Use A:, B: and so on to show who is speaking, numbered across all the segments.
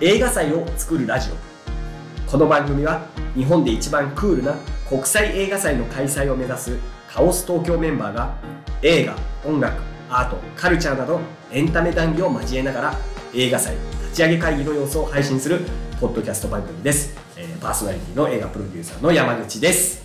A: 映画祭を作るラジオこの番組は日本で一番クールな国際映画祭の開催を目指すカオス東京メンバーが映画音楽アートカルチャーなどエンタメ談義を交えながら映画祭立ち上げ会議の様子を配信するポッドキャスト番組です、えーパーソナリティの映画プロデューサーの山口です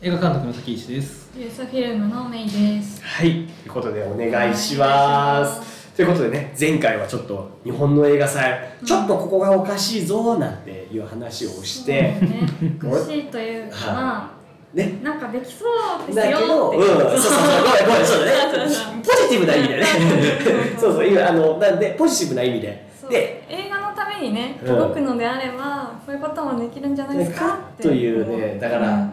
B: 映画監督の崎石です。
C: ユースフィルムのメイです。
A: はいということでお願いしますということでね前回はちょっと日本の映画祭、
C: うん
A: ちょっとここがおかしいぞなんていう話をして、
C: そうね、おかしいというか、ま
A: ね
C: あなんかできそうです
A: だけ
C: よ
A: ど、うん、
C: って
A: そうそうそう、ごめん、ごめん、そうだね、ポジティブな意味でね、 そうそう、今、あの、なんで、ポジティブな意味で、
C: そう
A: で、
C: 映画のためにね、
A: うん
C: 動くのであれば、こういうこともできるんじゃないですかって。
A: というね、だから、
C: うん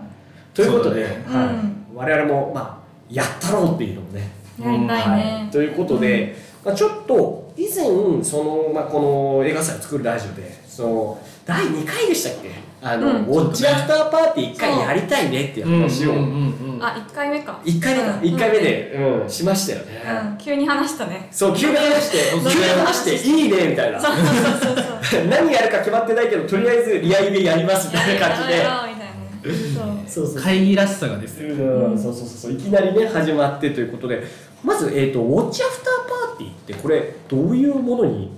A: ということで、
C: うん
A: はい、我々も、まあ、やったろうっていうのもね、
C: やりたい
A: は
C: ね
A: い、。ということで、まあ、ちょっと以前その、まあ、この映画祭を作るラジオでその第2回でしたっけあの、
C: うん
A: ウォッチアフターパーティー1回やりたいねっていう話を、
B: ん
C: あ、一回目か。
A: 一1回目か、
C: うん
A: 一回目。で、うんしましたよね、
C: うん、急に話したね。
A: そう急に話して
B: うん
A: 急に話していいねみたいな
C: そうそうそう そう。
A: 何やるか決まってないけどとりあえずリアイベやりますみたいな感じで
C: やろうやろうみたいなね。そう。
A: そうそう
B: 会議らしさがですよ。
A: うんそうそうそうそういきなりね始まってということでまず、えー、とウォッチアフターパーティーってこれどういうものに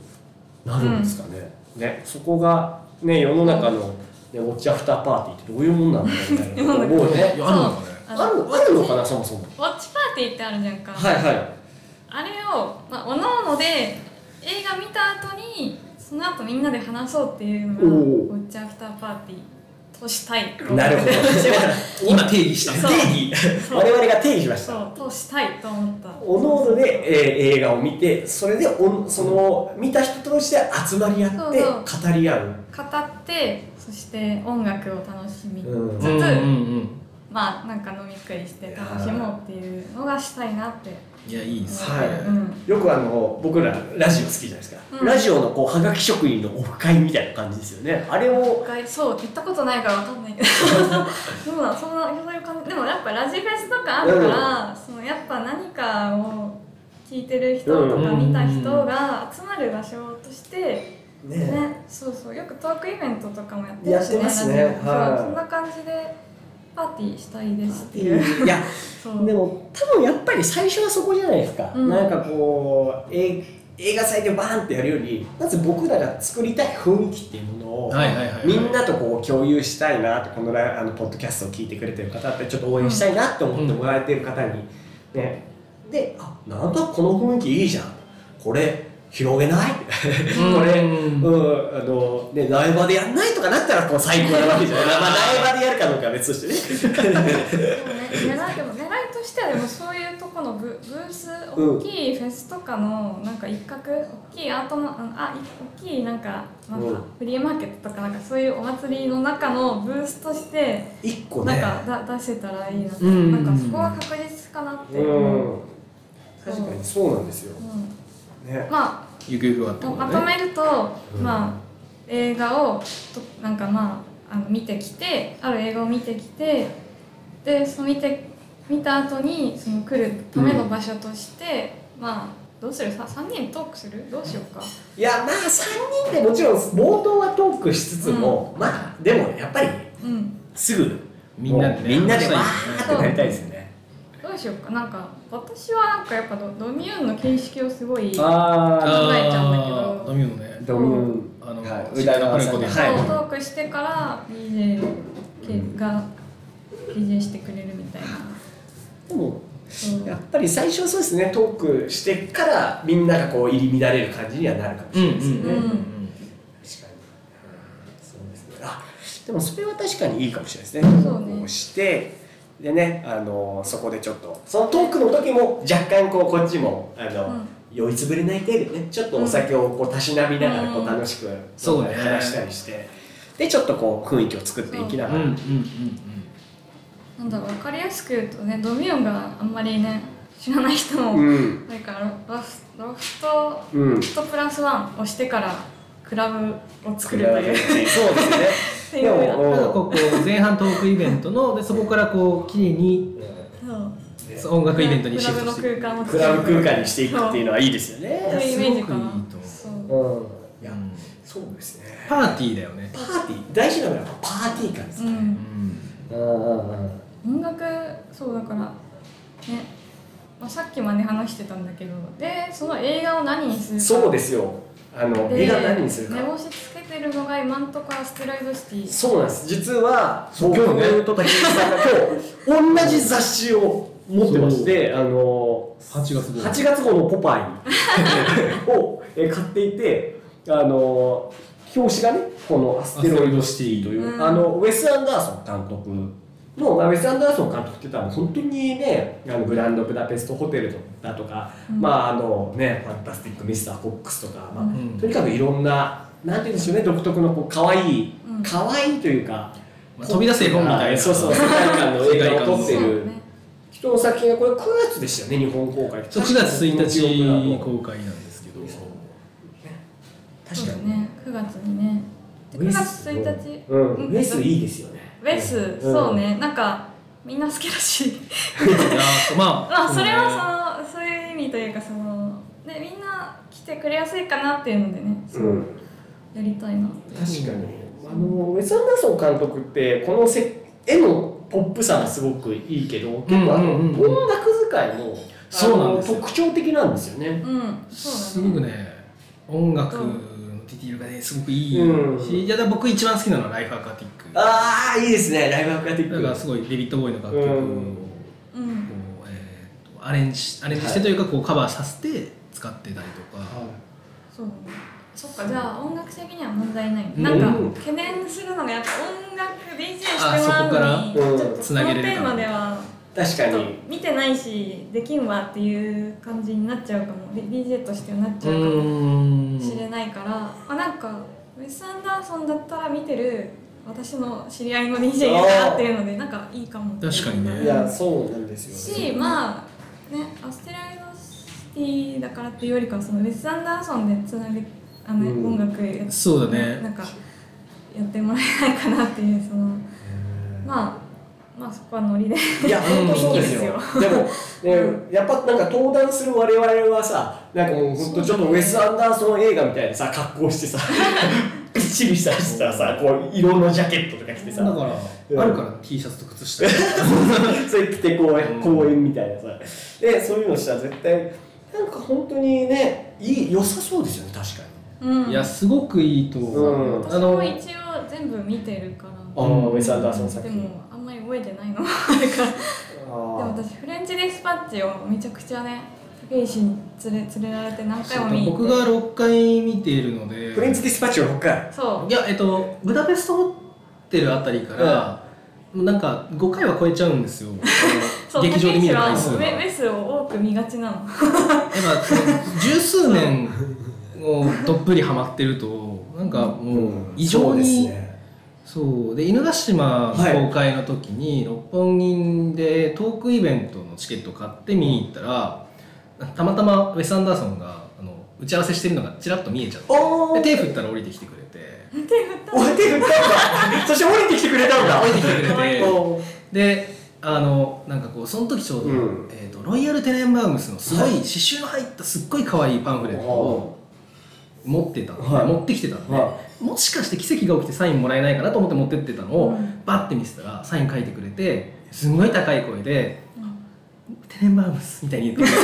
A: なるんですかね,、ねそこが、ね、世の中の、ね、ウォッチアフターパーティーってどういうものなんだみたいなことを思うね
B: あるのかね。
C: あ
A: あ
C: の
A: るあるのかなそもそも
C: ウォッチパーティーってあるじゃんか。
A: はいは
C: あれを、まあ、おのおので映画見た後にその後みんなで話そうっていうのが
A: お
C: ウ
A: う
C: ォッチアフターパーティーとしたい
A: いなる ほど
C: 私は
B: 今定義した。
C: そう
A: 定義我々が定義しました
C: そうとしたいと思った
A: おのおので、えー映画を見てそれでおその見た人として集まり合って
C: そう
A: 語り合う
C: 語ってそして音楽を楽しみつつ、
A: うん
B: うんうん
C: まあなんか飲み食いして楽しもうっていうのがしたいなって
B: うん。いやいいです。
A: はい
C: うん
A: よくあの僕らラジオ好きじゃないですか、
C: うん
A: ラジオのこうはがき職員のオフ会みたいな感じですよねあれ
C: 一
A: を
C: 回そう行ったことないからわか んないけどそうなんそんなそういう感じでもやっぱラジフェスとかあるから、そのやっぱ何かを聞いてる人とか見た人が集まる場所として、ね
A: ね
C: そうそうよくトークイベントとかもやってるし
A: やっ
C: ね
A: てますね
C: ラジオ
A: はい
C: そうそんな感じでパーティーしたいですって
A: い
C: いう
A: や
C: そう
A: でも多分やっぱり最初はそこじゃないですか、
C: うん
A: なんかこうえ映画祭でバーンってやるよりまず僕らが作りたい雰囲気っていうものを、
B: はいはいはい。
A: みんなとこう共有したいなとこのラあのポッドキャストを聞いてくれてる方ってちょっと応援したいなって思ってもらえてる方に、ねであなんだこの雰囲気いいじゃんこれ広げない
B: うん
A: これ、
B: うん
A: うんあのね、苗場でやんないとかなったらこう最高なわけじゃない、まあ、苗場でやるかどうかは別としてね
C: でもね狙いでも狙いとしてはでもそういうとこのブブース
A: うん
C: 大きいフェスとかのなんか一角大きいアートのあのあい大きいなんかなん
A: うん
C: かフリーマーケットとかなんかそういうお祭りの中のブースとして
A: 一個
C: な
A: ね
C: んかだ出せたらいいなって、
B: うん
C: なんかそこは確実かなって、
A: うん確かにそうなんですよ、
C: うん
A: ね、
C: ま
B: ゆくゆくはって
C: あ
B: こ
C: ま
B: と
C: と
B: ね。
C: めると、
A: うん
C: まあ映画をとなんかまああの見てきてある映画を見てきてでその見て見た後にその来るための場所として、まあどうするさ3人トークするどうしようか
A: いやまあ3人でもちろん冒頭はトークしつつも、まあでもやっぱり
C: うん
A: すぐ
B: みんなでね
A: みんなでわ
B: 話
A: ーっ
B: し
A: たてな
B: いよね
A: りたいですよね
C: どうしようかなんか私はなんかやっぱドドミューンの形式をすごいそう
A: あ
C: 考えちゃうんだけど
B: あー飲み物ね
A: ー。ドミュン
B: あの
A: はい
B: 実家の子
A: 宇
B: 猫
A: 田川
B: で
C: ト
A: さんは
C: ークしてから DJ けが DJ してくれるみたいな。
A: いでも
C: そう
A: やっぱり最初はそうですねトークしてからみんながこう入り乱れる感じにはなるかもし
B: うん
A: れ
B: う
A: ない
B: ん
A: で
B: う
A: すよね、
B: ん
A: 確かに、う
B: う
A: ん
B: ん。
A: そうですねあでもそれは確かにいいかもしれないですね
C: そうね
A: こうしてでねあのそこでちょっとそのトークの時も若干こうこっちもあの、
C: うん
A: 酔いつぶれない程度ねちょっとお酒をこうたしなみながらこ
C: う
A: うん楽しく
B: そうね
A: 話したりして、でちょっとこう雰囲気を作っていきなが
B: う
A: ら、
B: んうん
C: なんだろう分かりやすく言うとねドミオンがあんまりね知らない人も、
A: うん
C: なんかロロフロフト
A: うん
C: ロフトプラスワンをしてからクラブを作るという
A: そう ですねで
B: うん。なんか
A: も
B: こうこう前半トークイベントのでそこからこう綺麗に
C: そう
B: そう音楽イベントにシフトしていく。
C: クラブの空間を
A: クラブ空間に
C: し
A: していくっていうのはいいイメージかな
C: そういうイメージか
B: いやすごくいい
C: な
B: と思う
C: そう
A: うんいや
B: うん
A: そうですね
B: パーティーだよね
A: パーティー大事なのはやっぱパーティー感です
C: う
A: ね、
B: うんん
A: うんうんうん
C: 音楽そうだからね、まあ、さっきまで話してたんだけどでその映画を何にするか
A: そうですよあの
C: で
A: 映画何にする
C: 目
A: か
C: 星つけてるのが今んとこアステロイドシティ
A: そうなんです実は
B: そう
A: 僕
B: 今日ね
A: と竹内さんが今日同じ雑誌を持ってましてあの
B: 8月号
A: 8月号の「ポパイ」 をえ買っていてあの表紙がねこの「アステロイドシティ」という、
C: うん
A: あのウェス・アンダーソン監督の、まあ、ウェス・アンダーソン監督って言ったら本当にねあのグランド・ブダペストホテルだとか、
C: うん
A: まああのね「ファンタスティック・ミスター・フォックス」とか、まあ
C: うん
A: とにかくいろんななんて言うんでしょうね独特のこう可愛い
C: うん
A: 可愛いというか、
B: まあ飛び出せ本みたいな
A: そうそう世界観の映画を撮って
C: そう
A: る
C: ね
A: 人の作品がこれ9月でしたよね日本公開
B: そう9月1日
A: 公
B: 公開なんですけど
A: 確
C: そ
A: か
C: うだ
A: に
C: ね9月にねで9月1日
A: うん
C: うん
A: ウェスいいですよね
C: ウェス、そうねなんかみんな好きだし
B: いやーま
C: まあそれ
B: の
C: はそのそういう意味というかそのでみんな来てくれやすいかなっていうのでね
A: うん、うん、
C: やりたいな
A: 確かにあのウェス・アンダーソン監督ってこのせ絵のポップさがすごくいいけど結構あの
B: うんうんうんうん
A: 音楽使いも
B: そうなんです
A: あ
B: よ
A: の特徴的なんですよね
C: うんそ
B: す
C: うだ
B: ご
C: ね
B: くね音楽のディティールがねすごくいいし、
A: うん
B: いやだから僕一番好きなのは「ライフアカティック」だ
A: ああいいですねライブアクアティッ
B: からすごいデビッド・ボーイの楽曲を、
A: うん
B: こ
C: うん
B: うえーとアレンジアレンジしてというかこうカバーさせて使ってたりとか、
C: そうだねそっかじゃあ音楽的には問題ない、
B: うん
C: なん
A: う
C: か
A: ん
C: 懸念するのがやっぱ音楽 DJ して
B: あ
C: もらうのに
A: そこからうん
C: ちょっとこ
B: つ
C: の
B: な
C: テ
B: げれるかな
C: ーマでは
A: 確
C: ちょ
A: か
C: っと
A: に
C: 見てないしできんわっていう感じになっちゃうかもで DJ としてはなっちゃうかも
B: ん
C: しれないから、あなんかウェス・アンダーソンだったら見てる私の知り合いの DJ だなっていうのでなんかいいかもって
B: 確かにね
A: いやそうなんですよね
C: しまあねアステライドシティだからっていうよりかはそのウェス・アンダーソンでつなげあの、
A: うん
C: 音楽やっ
B: そうだね
C: なんかやってもらえないかなっていうそのまあまあそこはノリで
A: いや、本当そうですよ。でも、ね、やっぱなんか登壇する我々はさ、なんかもう本当ちょっとウェス・アンダーソン映画みたいなさ、格好してさ、 びっちりしたりしたらさ、こう、色のジャケットとか着て
B: だ
A: さ、
B: から、
A: うん
B: あるから T シャツと靴下
A: それ着てこ
B: うん
A: う、公園みたいなさ。で、そういうのしたら絶対、なんか本当にね、いい、良さそうですよね、確かに。
C: うん
B: いやすごくいいと思う、
A: うん
B: あ
C: 私
B: の
C: も一応全部見てるから
A: あのウェス・アンダーソン作
C: で
A: 品。
C: もあんまり覚えてないのだからで
A: あ
C: も
A: ー
C: 私フレンチディスパッチをめちゃくちゃね竹石に連れ連れられて何回も見に行って
B: 僕が6回見ているので
A: フレンチディスパッチを6回。
C: そう
B: いやえっとブダペストホテルあたりから、なんか5回は超えちゃうん ですよ
C: そう
B: 劇場で見る回数
C: 竹
B: が
C: 内は
B: やっ
C: ウェウェスを多く見がちなの
B: ぱその十数年をどっぷりハマってるとなんかもう異
A: そ
B: 常に、
A: うですね
B: そうで犬ヶ島公開の時に六本木でトークイベントのチケットを買って見に行ったらたまたまウェス・アンダーソンがあの打ち合わせしてるのがちらっと見えちゃって
A: おー
B: で手振ったら降りてきてくれて
A: 降りてくれたんだそして降りてきてくれたんだ
B: 降りてきてくれて
A: おー
B: であのなんかこうその時ちょうど、
A: うん
B: えー、とロイヤル・テネンバウムスのすごい
A: はい
B: 刺繍の入ったすっごい可愛いパンフレットを持ってたんで、
A: はい
B: 持ってきてたんで、
A: は
B: もしかして奇跡が起きてサインもらえないかなと思って持ってってたのを、
C: うん
B: バッて見せたらサイン書いてくれてすんごい高い声で
C: うん
B: 「テネンバウムス」みたいに言ってくれ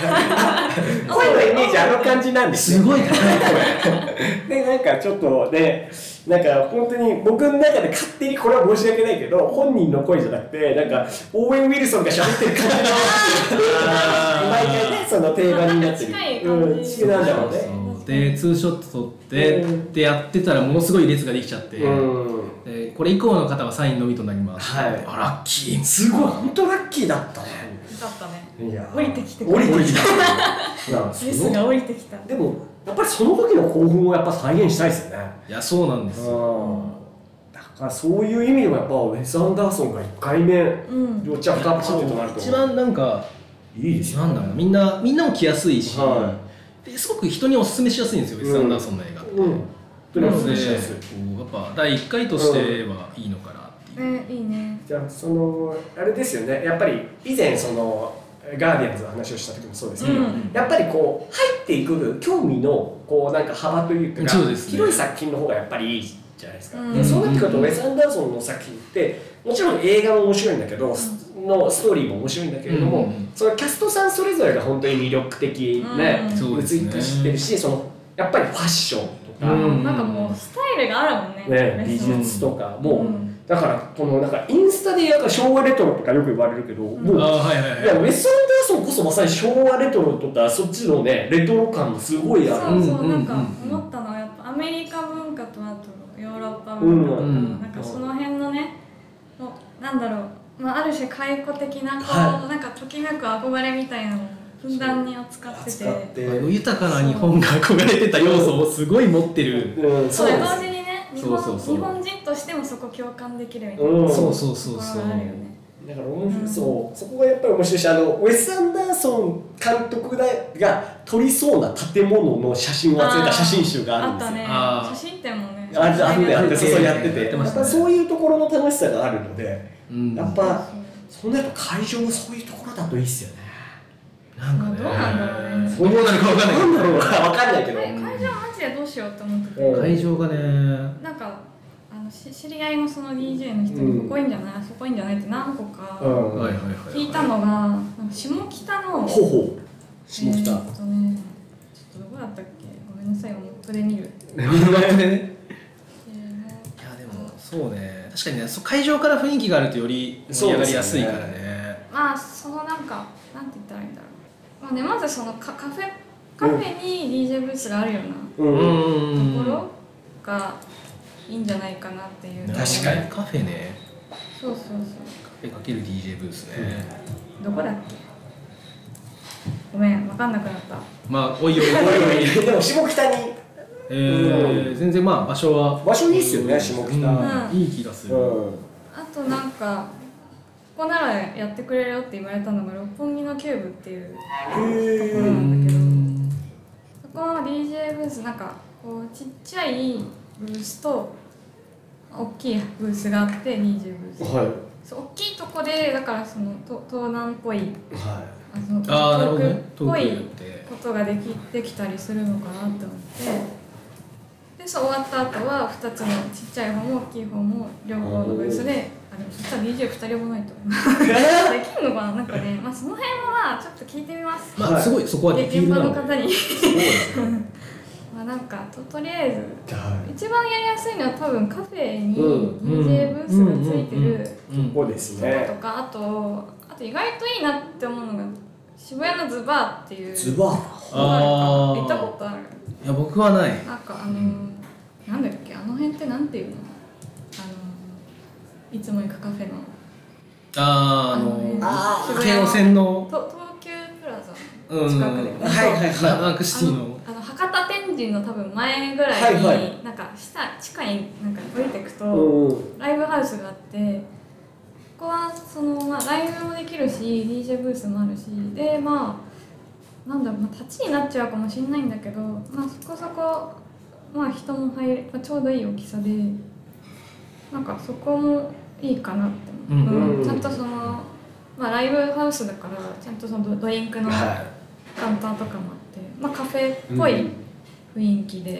A: 声のイメージあの感じなん で
B: て
A: す
B: す
A: よ
B: ごい 高い声
A: でなんかちょっとねなんか本当に僕の中で勝手にこれは申し訳ないけど本人の声じゃなくてなんかオーウェン・ウィルソンが喋ってる感じの毎回ねその定番になってる
C: まあ近い感じ
A: うん近くなんだろうね
B: そうでツーショット撮って、
A: うん
B: でやってたらものすごい列ができちゃって、
A: うん
B: でこれ以降の方はサインのみとなります、
A: はい
B: あラッキー
A: すごい本当ラッキーだったね
C: よかったね
A: いや
C: 降りてきて
A: 降りてきたな
C: ウェスが降りてきた
A: でもやっぱりその時の興奮をやっぱ再現したいですよね
B: いやそうなんですよ
A: だからそういう意味でもやっぱウェス・アンダーソンが1回目
C: うん
A: 両チャプターパーってとなると
B: 一番なんか
A: いいですよ
B: なんだろうみんなみんなも来やすいし、
A: は
B: ですごく人におすすめしやすいんですよ、ウェス・アンダーソンの映画って。
A: うんとに
B: な
A: かく
B: ので、こ
A: しやすいう
B: やっぱ第1回としてはいいのかなっていう。
C: ねいいね
A: じゃあそのあれですよねやっぱり以前そのガーディアンズの話をした時もそうですけど、
C: うん
A: やっぱりこう入っていく興味のこうなんか幅というか
B: そうですね
A: 広い作品の方がやっぱりいいじゃないですか、
C: うん
A: でそうなってくるとウェス・アンダーソンの作品ってもちろん映画も面白いんだけど、のストーリーも面白いんだけれども、
B: うんうん
A: そのキャストさんそれぞれが本当に魅力的
C: う
A: ね、
C: ん
B: そうですね
A: 美しいってるしそのやっぱりファッションとか、
B: うん
C: なんかもうスタイルがあるもんね
A: ね、美
C: 別の
A: 術とかもう、
C: うん
A: だからこのなんかインスタでなんか昭和レトロとかよく言われるけど、もう
B: ああはいはい
A: いや
B: は
A: ウ
B: い
A: ェス・アンダーソンこそまさに昭和レトロとかそっちのねレトロ感もすごいある
C: そうそう
B: うん
C: なんか
B: うん
C: 思ったのはやっぱアメリカ文化とあとヨーロッパ文化とか、
B: うん
C: なんかその辺のねもうなんだろう、まあ、ある種解雇的なこう、
A: は
C: なんかときめく憧れみたいなのをふんだんに扱って
A: 扱ってて、
B: 豊かな日本が憧れてた要素をすごい持ってる
A: うん、そ
C: そ
A: う
C: う
A: で
C: 同
A: す
C: 時にね日
B: そう
C: 本
B: そうそう
C: 日本人としてもそこ共感できるみたいな
A: うん、
B: そうそうそう
C: と
B: そう
C: ころがあるよね
A: だから面白いそうそこがやっぱり面白いしあのウェス・アンダーソン監督だが撮りそうな建物の写真を集めた写真集がある
C: あ
A: ん
C: っ
A: です
C: た
A: よ
C: ね
B: あー
C: 写真展もね
A: あれあってあって
B: そ
A: そうう
B: そう
A: やって
B: やって
A: て
B: ま
A: ま
B: したね
A: たそういうところの楽しさがあるので
B: うん
A: やっ
C: そう
A: ぱそんなやっぱ会場もそういうところだといいっすよね
B: なんかね
C: どうなんだろうね
B: どうなるかわかんないけ
A: ど
B: ど
A: うなるかわかんないけ
C: そう
A: ど
C: 会会場マジでどうしようと思ってて、
A: うん
B: 会場がね
C: なんかあのし知り合いのその DJ の人
A: う
C: に
A: ん
C: ここいいんじゃない、あそこいいんじゃないって何個
A: う
C: か
A: ん、
B: はいはいはいはい
C: 聞いたのが、なんか下北の
A: ほうほう下
C: え
A: 北、
C: ーっとねちょっとどこだったっけごめんなさいもうこれ見る、
B: ね
C: えー
B: いやでもそうね確かにねそう会場から雰囲気があるとより盛り上がりやすいから
A: そうで
B: ね
C: まあそのなんかなんて言ったらいいんだろう、まあね、まずそのカカフェカフェに DJ ブースがあるような
A: う
B: うんん
C: ところがいいんじゃないかなっていう
A: 確かに
B: カフェね
C: そうそうそう
B: カフェかける DJ ブースね
C: どこだっけごめん分かんなくなった
B: まあおいおいおいお い
A: でも下北に
B: えー全然まあ場所は
A: 場所いいっすよね
B: うん
A: 下北
B: うんいい気がする
A: う
C: あとなんかここならやってくれるよって言われたのが六本木のキューブっていうところ
A: んへえ
C: なんだけど
B: うん
C: そこは DJ ブースなんかこうちっちゃいブースと大きいブースがあって20ブース
A: はい
C: そう大きいとこでだからそのと東南っぽい
A: は
C: あその
B: ああなるほどね
C: 東北っぽ
B: トー
C: い
B: クって
C: ことができできたりするのかなと思ってでそう終わった後は2つのちっちゃい方も大きい方も両方のブースであでも実は DJ2 人もないとできんのかななんか ね、まあ、その辺はちょっと聞いてみます
B: まあすごいそこは
C: で
B: ディテー
C: 現
B: ル
C: 場
B: な
C: の
B: の
C: 方に
A: すごいですね
C: まあなんかととりあえず
A: はい
C: 一番やりやすいのは多分カフェに
A: うん
B: うん
C: DJ ブースがついてる
B: うんうんうん
A: ここです
C: とこと
A: ね
C: かあとあと意外といいなって思うのが渋谷のズバーっていう
A: ズバ
C: バー
B: あー
C: 行ったことある
B: いや僕はない
C: なんかあのーなんだっけあの辺ってなんていうのあのーいつも行くカフェの
B: あーあ
C: 辺
B: の
A: あ
C: 渋
B: 京
C: 谷
B: 王線の
C: と東急プラザ
B: うん
C: 近くで
A: はいはいはい
B: ランクシティ
C: あ
B: の
C: あの博多天神の多分前ぐらいに、
A: はいは
C: なんか下地下になんか降りてくと、
A: うん
C: ライブハウスがあってここはその、まあ、ライブもできるし DJ ブースもあるしでまあなんだろう、まあ、立ちになっちゃうかもしれないんだけど、まあ、そこそこ、まあ、人も入れ、まあ、ちょうどいい大きさでなんかそこもいいかなって思う、
B: うん
A: うん
C: ちゃんとその、まあ、ライブハウスだからちゃんとそのドドリンクのカ
A: は
C: ウンターとかもあって、まあ、カフェっ
A: い
C: ぽい雰囲気で
A: い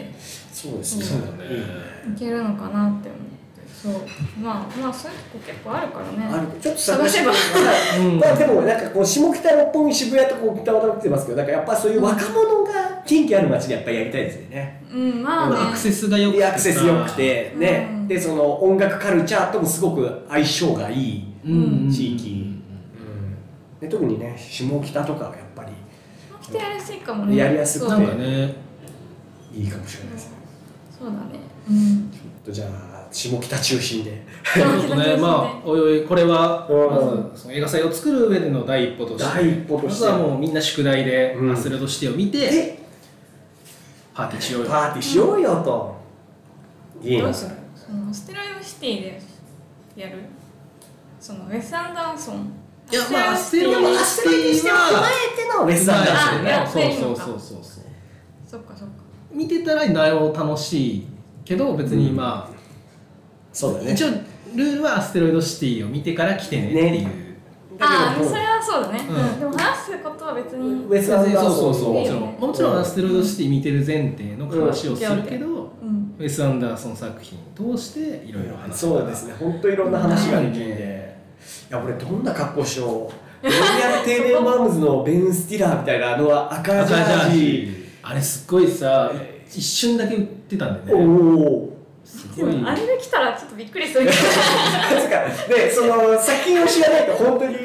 A: そうですね
C: そう
B: だね
C: いけるのかなって思って。そうまあまあそういうとこ結構あるからね
A: あるちょっと
C: 探せば
A: はい
B: うん
A: まあでもなんかこう下北六本木渋谷とこう北渡ってますけどなんかやっぱそういう若者が元気ある街でやっぱりやりたいですよね
C: うんまあね
B: アクセスが良くて
A: で
B: さ
A: アクセス良くてね
C: うん
A: でその音楽カルチャーともすごく相性がいい
B: うん
A: 地域で特にね下北とかはやっぱり
C: 来てやりやすいかもね
A: やりやすくて
C: そ
B: な
C: うん
B: かね
A: いいかもしれないですね
C: そうだねうん
A: ちょっとじゃあ下北中心で
B: ちょっとね まあおいおいこれは
A: うん
B: まずその映画祭を作る上での第一歩として
A: 第一歩として
B: まずはもうみんな宿題で
A: うん
B: アスレとしてを見て
A: で
B: パーティーしよ
A: パ
B: うよ
A: ーティーしようよと、いい
C: ど
A: な
C: うするそのステロイドシティでやるそのウェス・アンダーソン
B: いやまあアステ
A: で
B: ロイ
A: も
B: ド
A: アステロイドしても踏まえてのウェスタンダーソン
C: あやって
B: そう
C: いい
B: そ
C: の
B: う
C: か
B: そうそうそう
C: そっかそっか
B: 見てたら内容楽しいけど別にまあ、
A: そうだね
B: 一応ルールはアステロイドシティを見てから来てねっていう、
C: あ
A: だけど
C: あそ
A: こ
C: れはそうだね、
B: うん
C: うんでも話すことは別に
A: うウェス・アンダーソン
B: そうそうそう
C: い
B: も
C: い
B: ち
C: よ
B: ろ
C: ね
B: んもちろんアステロイドシティ見てる前提の話をするけど、
C: うん
B: ウェス・アンダーソン作品通していろいろ話す
A: そうですね本当いろんな話ができるんでいや俺どんな格好しようロイヤ ル・テーベル・マームズのベン・スティラーみたいなあの赤
B: 赤
A: ジ
B: ジ
A: ャ
B: ャ
A: ー
B: ー
A: ジ
B: ジあれすっごいさ一瞬だけ売ってたんだ
A: お
B: よね
A: お
B: す
C: で
B: ごい
C: もあれが来たらちょっとびっくりするけ
A: 確かで その作品を知らないと本当にね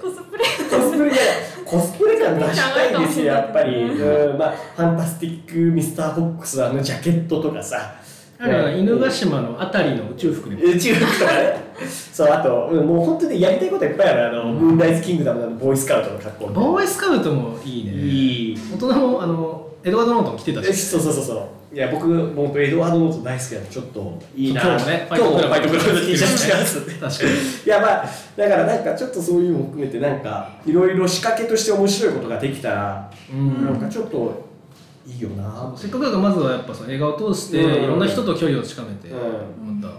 C: どコスプレ
A: コスプレじゃないコスプレ感出したいですよやっぱり、うんまあ、ファンタスティック・ミスター・フォックスあのジャケットとかさ
B: あれは犬ヶ島のあたりの宇宙服でも
A: 宇宙服とかねそうあと、うん、もう本当にやりたいこといっぱいあるあの、ムーンライズ・キングダムのあのボーイスカウトの格好
B: ボーイスカウトもいいね
A: いい
B: 大人もあのエドワード・ノートン来てた
A: え
B: し
A: そうそうそうそういや僕も本当エドワード・ノートン大好きなんでちょっといいな
B: 今日もね
A: 今日もファ
B: ファ
A: イ
B: イ
A: ト
B: ト
A: ク
B: ク
A: ラ
B: ラ
A: ブ
B: ブ
A: の
B: の
A: T シャツ着てます
B: 確かに
A: いやまあだからなんかちょっとそういうのも含めてなんかいろいろ仕掛けとして面白いことができたら、
B: うん
A: なんかちょっといいよな
B: せっかくだからまずはやっぱその映画を通して
A: うん
B: いろんな人と距離を近めて
A: うん
B: また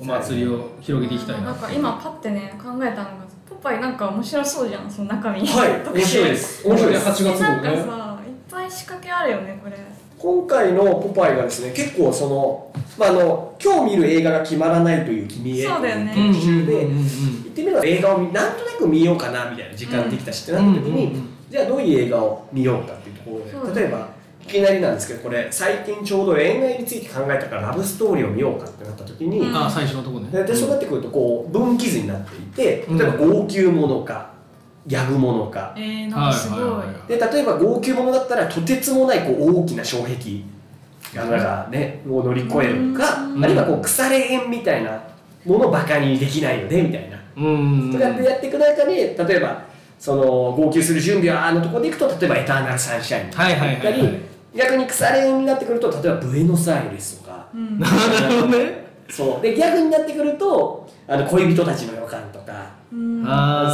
B: お祭りを広げていきたいな
C: なん
B: って
C: か今パッてね考えたのがポパイなんか面白そうじゃんその中身
A: はい面白いです面白いで
B: 8
A: す
B: 月号ね
C: なんかさいっぱい仕掛けあるよねこれ
A: 今回の「ポパイ」がですね結構その,、まあ、あの今日見る映画が決まらないという君へ
C: そうだよね
B: うんうん
A: 特集で
B: うんうんうん
A: 言ってみれば映画を見なんとなく見ようかなみたいな時間できたしってなった時に、
B: うんうんうん
A: じゃあどういう映画を見ようかっていうとこ
C: そ
A: ろ
C: うだ
A: で
C: ね
A: 例えばいきなりなんですけどこれ最近ちょうど恋愛について考えたからラブストーリーを見ようかってなった時に、
C: うん
B: あ最初のとこね
A: ででそうなってくるとこう分岐図になっていて
B: うん
A: 例えば号泣ものかギャグものか
C: えー、なん
B: は
C: か
B: い
C: すごい,、
B: はいはい
A: で例えば号泣ものだったらとてつもないこう大きな障壁がなんか、ね、を乗り越えるか
C: うん
A: あるいはこう腐れ縁みたいなものをバカにできないよねみたいな。
B: うん
A: とかってやっていく中に例えばその号泣する準備はあのところでいくと例えば「エターナルサンシャイン」とか
B: はいはい
A: 行った
B: はいはい
A: り逆に腐れ縁になってくると例えば「ブエノスアイレス」とか。
C: うん、
B: なるほどね
A: そうでギャグになってくるとあの恋人たちの予感とか
C: うん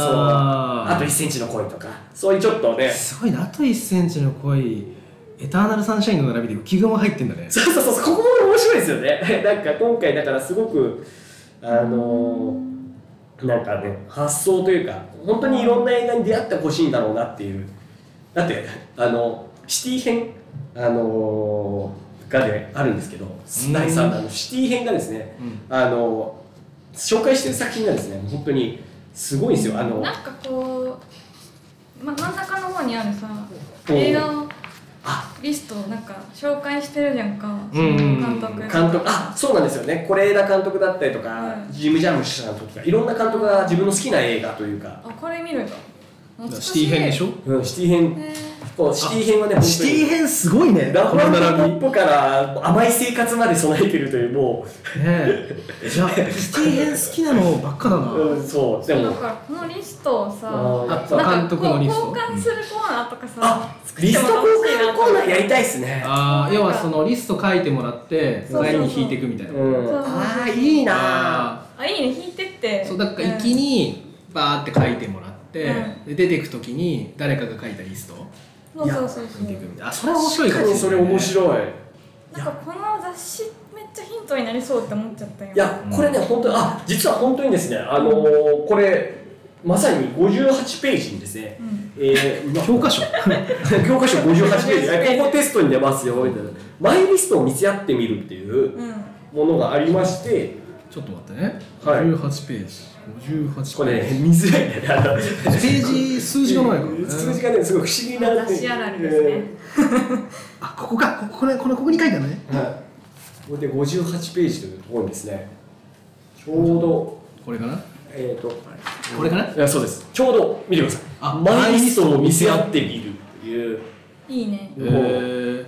B: あ
A: そうあと
B: ー
A: 1センチの恋とかそういうちょっとね
B: すごいなあと1センチの恋エターナルサンシャインの並びで浮き具も入ってんだね
A: そうそうそうそうここも面白いですよね なんか今回だからすごくあのーなんかね発想というか本当にいろんな映画に出会ってほしいんだろうなっていうだってあのシティ編あのーがねあるんですけど第3弾のシティ編がですね、あの紹介してる作品がですね本当にすごいんですよあの
C: なんかこう、ま、真ん中の方にあるさ
A: うん
C: 映画の
A: あ
C: リストをなんか紹介してるじゃんか、
B: うんうんうん
C: その監督
A: 監督あそうなんですよね是枝監督だったりとか、
C: うん
A: ジム・ジャームシさんとかいろんな監督が自分の好きな映画というか、
C: あこれ見るんだ懐か
B: シ
C: し
B: テ
C: い
B: ィ編でしょ
A: うん、シティ編
C: へ
A: こうシティ編はね本当に
B: シティ編すごいね
A: ラ
B: こ
A: ブラ
B: の
A: ブポ
B: 並
A: ップから甘い生活まで備えてるというも
B: びねえじゃあシティ編好きなのばっかだな
A: う、うん、そうで
C: ーだ
A: も
C: からこのリストをさ
A: あ
B: そう
C: なん
B: 監
C: か
B: 督
C: こ
B: の
C: う
B: リス
C: 交
B: ト
C: 換するコーナーとかさ
A: あリスト交換のコーナーやりたいですね
B: あー要はそのリスト書いてもらって
C: そうそうそう
B: 何に引いていくみたいな、
A: うん、ああいいな
B: あ
C: あいいね弾いてって
B: ーそうだから行
C: う
B: き
C: ん
B: にバーって書いてもらって、
C: う
B: で出てく時に誰かが書いたリストを
C: そうそうそうそう
B: 見ていくみたいなあそれは面白いか
A: 確
B: も
A: かに
B: しれない、
A: それ面
B: い
A: 白い
C: なんかこの雑誌めっちゃヒントになりそうって思っちゃったよ
A: いやこれね本当にあ実は本当にですねあのーこれまさに58ページにですね、
C: うん
A: えー、
B: 教科書
A: 教科書58ページ、ここテストに出ますよみたいな、マイリストを見せ合ってみるっていう
C: うん
A: ものがありまして、
B: ちょっと待ってね、
A: はい
B: 58ページ58ページ
A: これ、ね、見づらいんだよね、
B: ページ数字がないからね
A: 数字がね、すごい不思議な、
C: 雑誌あるあるですね
B: あここかこここれこれここに書いてあるね
A: えーはい、これで58ページというところにですね、ちょうど、
B: これかな
A: えー、と、
B: これかない
A: やそうです、ちょうど見てください、
B: あ
A: マイリストを見せ合ってみるっていう、
C: いいね
A: え
B: ー、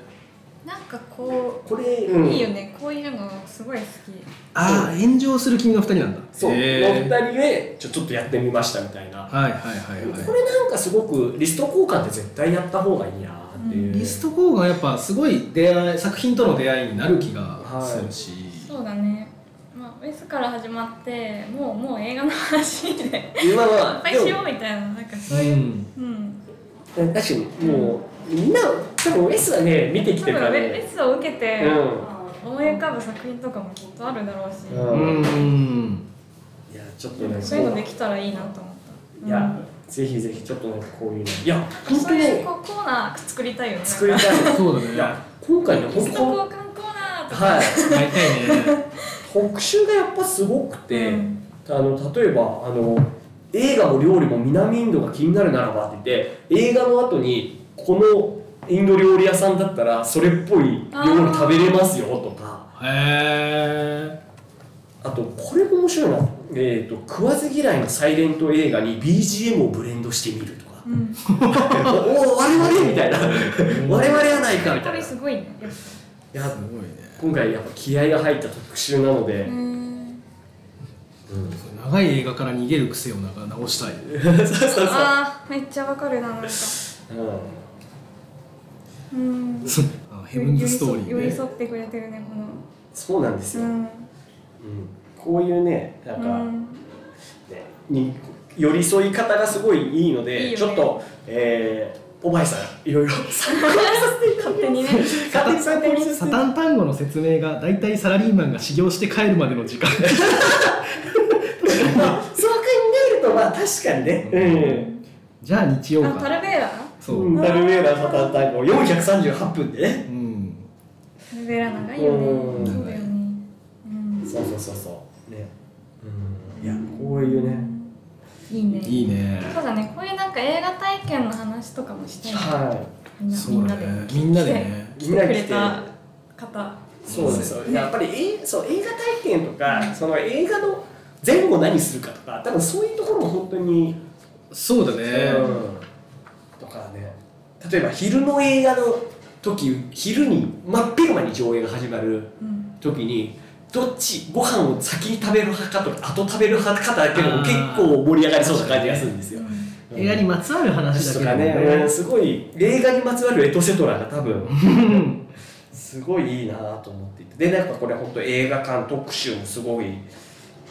C: なんかこ
A: これ、
C: う、
A: うん
C: いいよねこういうのすごい好き
B: あー炎上する君の二人なんだ
A: そう、お
B: へ
A: 二
B: ー
A: 人でちょちょっとやってみましたみたいな。
B: はいはいはいはい
A: これなんかすごくリスト交換って絶対やった方がいいなっていう、
B: リスト交換やっぱすごい出会い作品との出会いになる気がするし、
C: そうだねまあウェスから始まってもうもう映画の話でいっ
A: 今は
C: ぱいしようみたいななんかそういうう、
B: ん
C: うん、
A: でも確かにもうみんな多分 S はね見てき
C: 多
A: て
C: 分
A: るから
C: ウェ
A: ね、
C: スを受けて、
A: う
C: 思い浮かぶ作品とかもきっとあるだろうし、
A: うん
B: うん
A: いやちょっとね
C: そういうのできたらいいなと思った、うん
A: いやぜひぜひちょっとなんかこういうのいや
C: そう
A: 本当に
C: いう
A: ね
C: こうコーナー作りたいよね
A: 作り
C: なんか
A: たい
B: そうだね
A: いや今回ね
C: ゲ
A: 本
C: スト
A: 当
C: 交換コーナーとか、
A: はい
B: やりたいね
A: 特集がやっぱすごくて、
C: うん
A: あの例えばあの映画も料理も南インドが気になるならばって言って映画の後にこのインド料理屋さんだったらそれっぽい料理食べれますよとか
B: へ
A: あとこれも面白いな、えー、と食わず嫌いのサイレント映画に BGM をブレンドしてみるとか
C: うん、
A: おお我々みたいな我々やないかみ
C: こ
A: たい
C: れ
A: な
C: すごいねやっぱ
B: え
A: や
B: すごいね
A: 今回やっぱ気合が入った特集なので
C: う、ん
A: うん
B: 長い映画から逃げる癖をなんか直したい
C: あーめっちゃわかるななん
A: うん
C: かうん
B: あのヘブンズストーリー
C: 寄り
B: ね
C: 添ってくれてるねこの
A: そうなんですよ、
C: う
A: うん
C: ん
A: こういうねなんか、
C: うん
A: ねに寄り添い方がすごいいいの
C: いい
A: で
C: よね
A: ちょっと、えー、おばあさんいろいろ参考にさせて勝手
C: 手
A: に
C: に
A: ね
C: ね
A: 勝手に参考にさせ
B: サ
A: て
B: タン単語の説明が大体サラリーマンが修行して帰るまでの時間
A: まあそう考えるとまあ確かにねうん
B: じゃあ日曜
C: あタ
B: か
C: ルベーラ
B: そう、
A: うんダルメーラーサタンタンゴ438分でね
B: うん、
C: タルベーラ長いよ
A: うん
C: ねそうだよねうん
A: そうそうそうそうねうんいやこういうね
C: いいね
B: いいね
C: そうだねこういうなんか映画体験の話とかもしたいね
A: は
C: みんな
B: そうだねみんなでね
A: い
C: 来てくれた方
A: そうなんですよやっぱりえそう映画体験とか、その映画の前後何するかとか多分そういうところも本当に
B: そうだね
A: うんとかね例えば昼の映画の時昼に真っ昼間に上映が始まる
C: うん
A: 時にどっちご飯を先に食べる派かとか後食べる派かだけでも
B: あー
A: 結構盛り上がりそうな感じがするんですよ、うん
B: 映画にまつわる話
A: 話
B: だ
A: と
B: け
A: か
B: ど
A: ね、うんすごい映画にまつわるエトセトラが多分すごいいいなと思っていてでなんかこれ本当映画館特集もすごい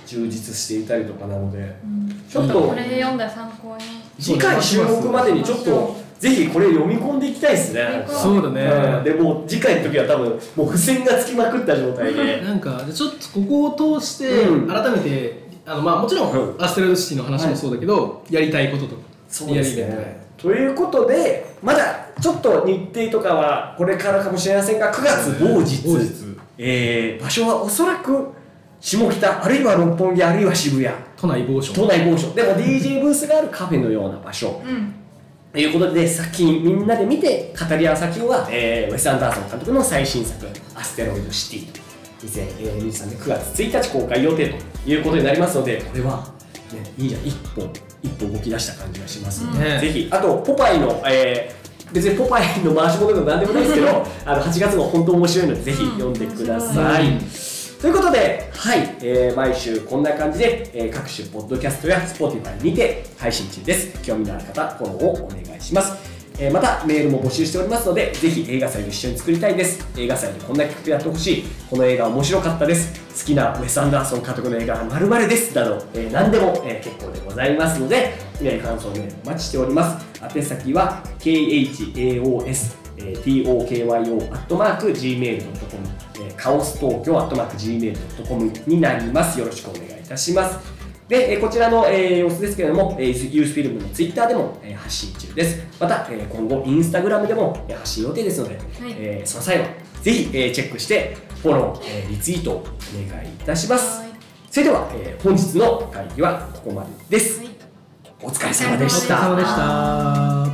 A: 充実していたりとかなので
C: うん
A: ちょっ
C: ちょっと
A: と
C: これ読んだら参考に
A: 次回収録までにちょっとぜひこれ読み込んでいきたいですね
C: 読み込
B: そうだ
A: うん、
B: ね、
A: でもう次回の時は多分もう付箋がつきまくった状態で
B: なんかちょっとここを通して
A: うん
B: 改めて、あのまあもちろん、
A: うん
B: アステロイドシティの話もそうだけど、やりたいこととか
A: そうです
B: リアルイベント
A: ねということでまだちょっと日程とかはこれからかもしれませんが9月某日
B: 某
A: えー場所はおそらく下北あるいは六本木あるいは渋谷
B: 都内某所
A: 都内某所でも DJ ブースがあるカフェのような場所
C: うん
A: ということで作品みんなで見て語り合う作品は、えーウェス・アンダーソン監督の最新作「アステロイド・シティ」2023年9月1日公開予定ということになりますのでこれは、ね、いいじゃん一歩一歩動き出した感じがしますので、
B: うん
A: ぜひあとポパイの、えー別にポパイの回し物でも何でもないですけ どあの8月も本当面白いのでぜひ読んでください。
B: うん
A: ということで、はい、えー毎週こんな感じで、えー各種ポッドキャストや Spotify にて配信中です。興味のある方、フォローをお願いします。えーまた、メールも募集しておりますので、ぜひ映画祭を一緒に作りたいです。映画祭でこんな企画やってほしい。この映画面白かったです。好きなウェス・アンダーソン監督の映画は〇〇です。など、えー何でも、えー結構でございますので、えー感想メールお待ちしております。宛先は、KHAOS tokyo.gmail.com えーカオス東京 .gmail.com になります。よろしくお願いいたします。で、えーこちらの、えー様子ですけれども、えーユースフィルムのツイッターでも、えー発信中です。また、えー今後、インスタグラムでも、えー発信予定ですので、えーその際は、ぜひ、えーチェックして、フォロー、えーリツイートをお願いいたします
C: は。
A: それでは、えー本日の会議はここまでです。
C: いはい
A: お疲れ様でし
B: お疲れ
A: た
B: 様。でした